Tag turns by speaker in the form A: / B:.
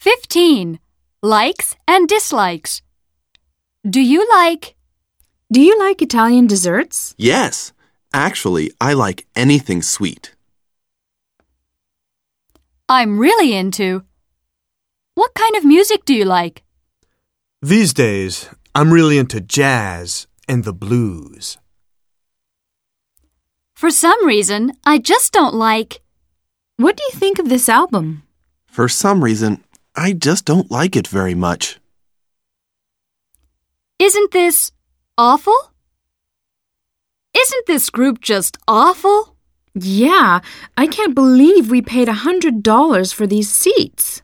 A: 15. Likes and dislikes. Do you like?
B: Do you like Italian desserts?
C: Yes, actually, I like anything sweet.
A: I'm really into. What kind of music do you like?
D: These days, I'm really into jazz and the blues.
A: For some reason, I just don't like.
B: What do you think of this album?
C: For some reason, I just don't like it very much.
A: Isn't this awful? Isn't this group just awful?
B: Yeah, I can't believe we paid a $100 for these seats.